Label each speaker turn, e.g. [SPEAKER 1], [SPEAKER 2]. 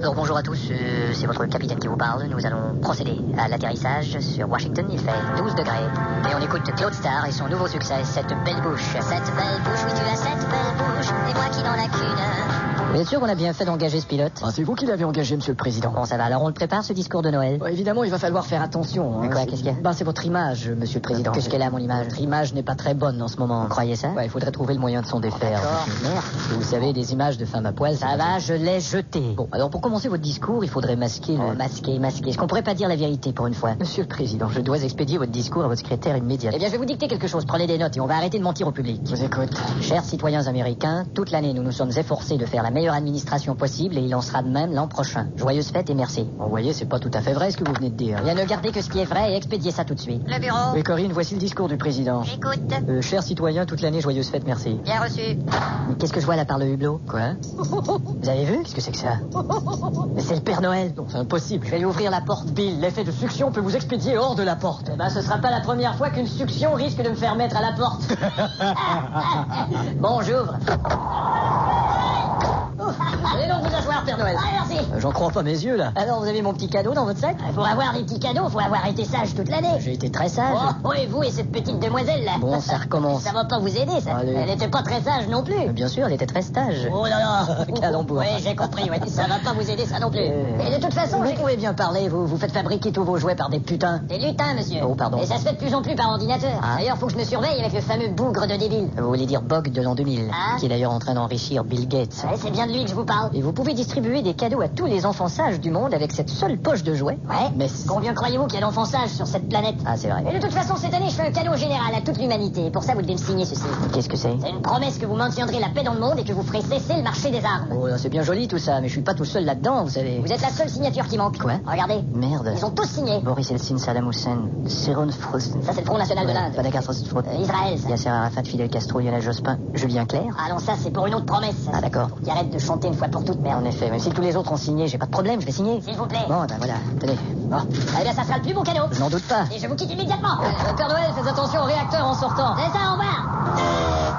[SPEAKER 1] Alors bonjour à tous, euh, c'est votre capitaine qui vous parle. Nous allons procéder à l'atterrissage sur Washington. Il fait 12 degrés. Et on écoute Claude Star et son nouveau succès, cette belle bouche.
[SPEAKER 2] Cette belle bouche, oui, tu as cette belle bouche, et moi qui n'en a qu'une.
[SPEAKER 1] Bien sûr qu'on a bien fait d'engager ce pilote.
[SPEAKER 3] Ah, c'est vous qui l'avez engagé, monsieur le président.
[SPEAKER 1] Bon, ça va. Alors on le prépare, ce discours de Noël.
[SPEAKER 3] Bon, évidemment, il va falloir faire attention.
[SPEAKER 1] Mais quoi, qu'est-ce qu'il y a
[SPEAKER 3] Ben, c'est votre image, monsieur le président.
[SPEAKER 1] Qu'est-ce qu'elle a, mon image
[SPEAKER 3] Votre image n'est pas très bonne en ce moment.
[SPEAKER 1] Vous croyez ça
[SPEAKER 3] Ouais, il faudrait trouver le moyen de s'en défaire.
[SPEAKER 1] D'accord.
[SPEAKER 3] Merde. Parce que Vous savez, des images de femmes à poil,
[SPEAKER 1] Ça va, je l'ai jeté.
[SPEAKER 3] Bon, alors pour commencer votre discours, il faudrait masquer le...
[SPEAKER 1] Oh, masqué, masqué. Est-ce qu'on pourrait pas dire la vérité pour une fois
[SPEAKER 3] Monsieur le Président, je dois expédier votre discours à votre secrétaire immédiatement.
[SPEAKER 1] Eh bien, je vais vous dicter quelque chose. Prenez des notes et on va arrêter de mentir au public.
[SPEAKER 3] Je vous écoute.
[SPEAKER 1] Chers citoyens américains, toute l'année, nous nous sommes efforcés de faire la meilleure administration possible et il en sera de même l'an prochain. Joyeuses fêtes et merci. Eh
[SPEAKER 3] Bon, vous voyez, c'est pas tout à fait vrai ce que vous venez de dire.
[SPEAKER 1] Bien ne garder que ce qui est vrai et expédier ça tout de suite.
[SPEAKER 2] Le bureau,
[SPEAKER 3] Mais Corinne, voici le discours du Président.
[SPEAKER 2] j'écoute.
[SPEAKER 3] Euh, chers citoyens, toute l'année, joyeuse fête, merci.
[SPEAKER 2] Bien reçu.
[SPEAKER 1] Mais Qu'est-ce que je vois là par le hublot
[SPEAKER 3] Quoi
[SPEAKER 1] Vous avez vu Qu'est-ce que c'est que ça Mais c'est le Père Noël.
[SPEAKER 3] Non, c'est impossible.
[SPEAKER 1] Je vais lui ouvrir la porte.
[SPEAKER 3] Bill, l'effet de succion peut vous expédier hors de la porte.
[SPEAKER 1] Eh ben, ce sera pas la première fois qu'une succion risque de me faire mettre à la porte. bon, j'ouvre.
[SPEAKER 3] Oh.
[SPEAKER 1] Allez donc vous asseoir, Père Noël.
[SPEAKER 2] Ah, merci.
[SPEAKER 3] Euh, J'en crois pas mes yeux, là.
[SPEAKER 1] Alors, vous avez mon petit cadeau dans votre sac
[SPEAKER 2] Pour avoir des petits cadeaux, faut avoir été sage toute l'année.
[SPEAKER 1] J'ai été très sage.
[SPEAKER 2] Oh, et vous et cette petite demoiselle là
[SPEAKER 3] Bon, ça recommence.
[SPEAKER 2] Ça va pas vous aider, ça.
[SPEAKER 3] Allez.
[SPEAKER 2] Elle était pas très sage non plus.
[SPEAKER 1] Euh, Bien ben, sûr, elle était très stage.
[SPEAKER 2] Oh là là
[SPEAKER 3] Calembour.
[SPEAKER 2] Oui, j'ai compris, ouais. ça va pas vous aider ça non plus.
[SPEAKER 3] Euh.
[SPEAKER 2] Et de toute façon,
[SPEAKER 1] Vous
[SPEAKER 2] j'ai...
[SPEAKER 1] pouvez bien parler, vous. Vous faites fabriquer tous vos jouets par des putains.
[SPEAKER 2] Des lutins, monsieur.
[SPEAKER 1] Oh, pardon.
[SPEAKER 2] Et ça se fait de plus en plus par ordinateur.
[SPEAKER 1] Ah.
[SPEAKER 2] D'ailleurs, faut que je me surveille avec le fameux bougre de débile.
[SPEAKER 1] Vous voulez dire Bog de l'an 2000,
[SPEAKER 2] Ah.
[SPEAKER 1] qui est d'ailleurs en train d'enrichir Bill Gates.
[SPEAKER 2] Ouais, c'est bien de lui que je vous parle.
[SPEAKER 1] Et vous pouvez distribuer des cadeaux à tous les enfants sages du monde avec cette seule poche de jouets.
[SPEAKER 2] Ouais.
[SPEAKER 1] Mais c'est-
[SPEAKER 2] Combien croyez-vous qu'il y a d'enfants sages sur cette planète
[SPEAKER 1] Ah, c'est vrai.
[SPEAKER 2] Et de toute façon, cette année, je fais un cadeau général à toute l'humanité. Et Pour ça, vous devez me signer ceci.
[SPEAKER 1] Qu'est-ce que c'est
[SPEAKER 2] C'est une promesse que vous maintiendrez la paix dans le monde et que vous ferez cesser le marché des armes.
[SPEAKER 1] Oh, là, c'est bien joli tout ça, mais je suis pas tout seul là-dedans, vous savez.
[SPEAKER 2] Vous êtes la seule signature qui manque.
[SPEAKER 1] Quoi
[SPEAKER 2] Regardez.
[SPEAKER 1] Merde.
[SPEAKER 2] Ils ont tous signé.
[SPEAKER 1] Boris Eltsine, Saddam Hussein, Sharon Frost.
[SPEAKER 2] Ça, c'est le Front National de
[SPEAKER 1] Ouais,
[SPEAKER 2] l'Inde.
[SPEAKER 1] pas d'accord, ça, c'est trop-
[SPEAKER 2] Euh, Israël, ça.
[SPEAKER 1] Yasser Arafat, Fidel Castro, Lionel Jospin, Julien Clerc.
[SPEAKER 2] Ah non, ça, c'est pour une autre promesse. ça.
[SPEAKER 1] Ah, d'accord.
[SPEAKER 2] Faut qu'ils arrêtent de chanter une fois pour toutes, merde.
[SPEAKER 1] En effet, même si tous les autres ont signé, j'ai pas de problème, je vais signer.
[SPEAKER 2] S'il vous plaît.
[SPEAKER 1] Bon, ben voilà, tenez. Bon,
[SPEAKER 2] Eh bien, ça sera le plus beau cadeau.
[SPEAKER 1] je n'en doute pas.
[SPEAKER 2] Et je vous quitte immédiatement.
[SPEAKER 1] Père Noël, faites attention au réacteur en sortant.
[SPEAKER 2] C'est ça, au revoir.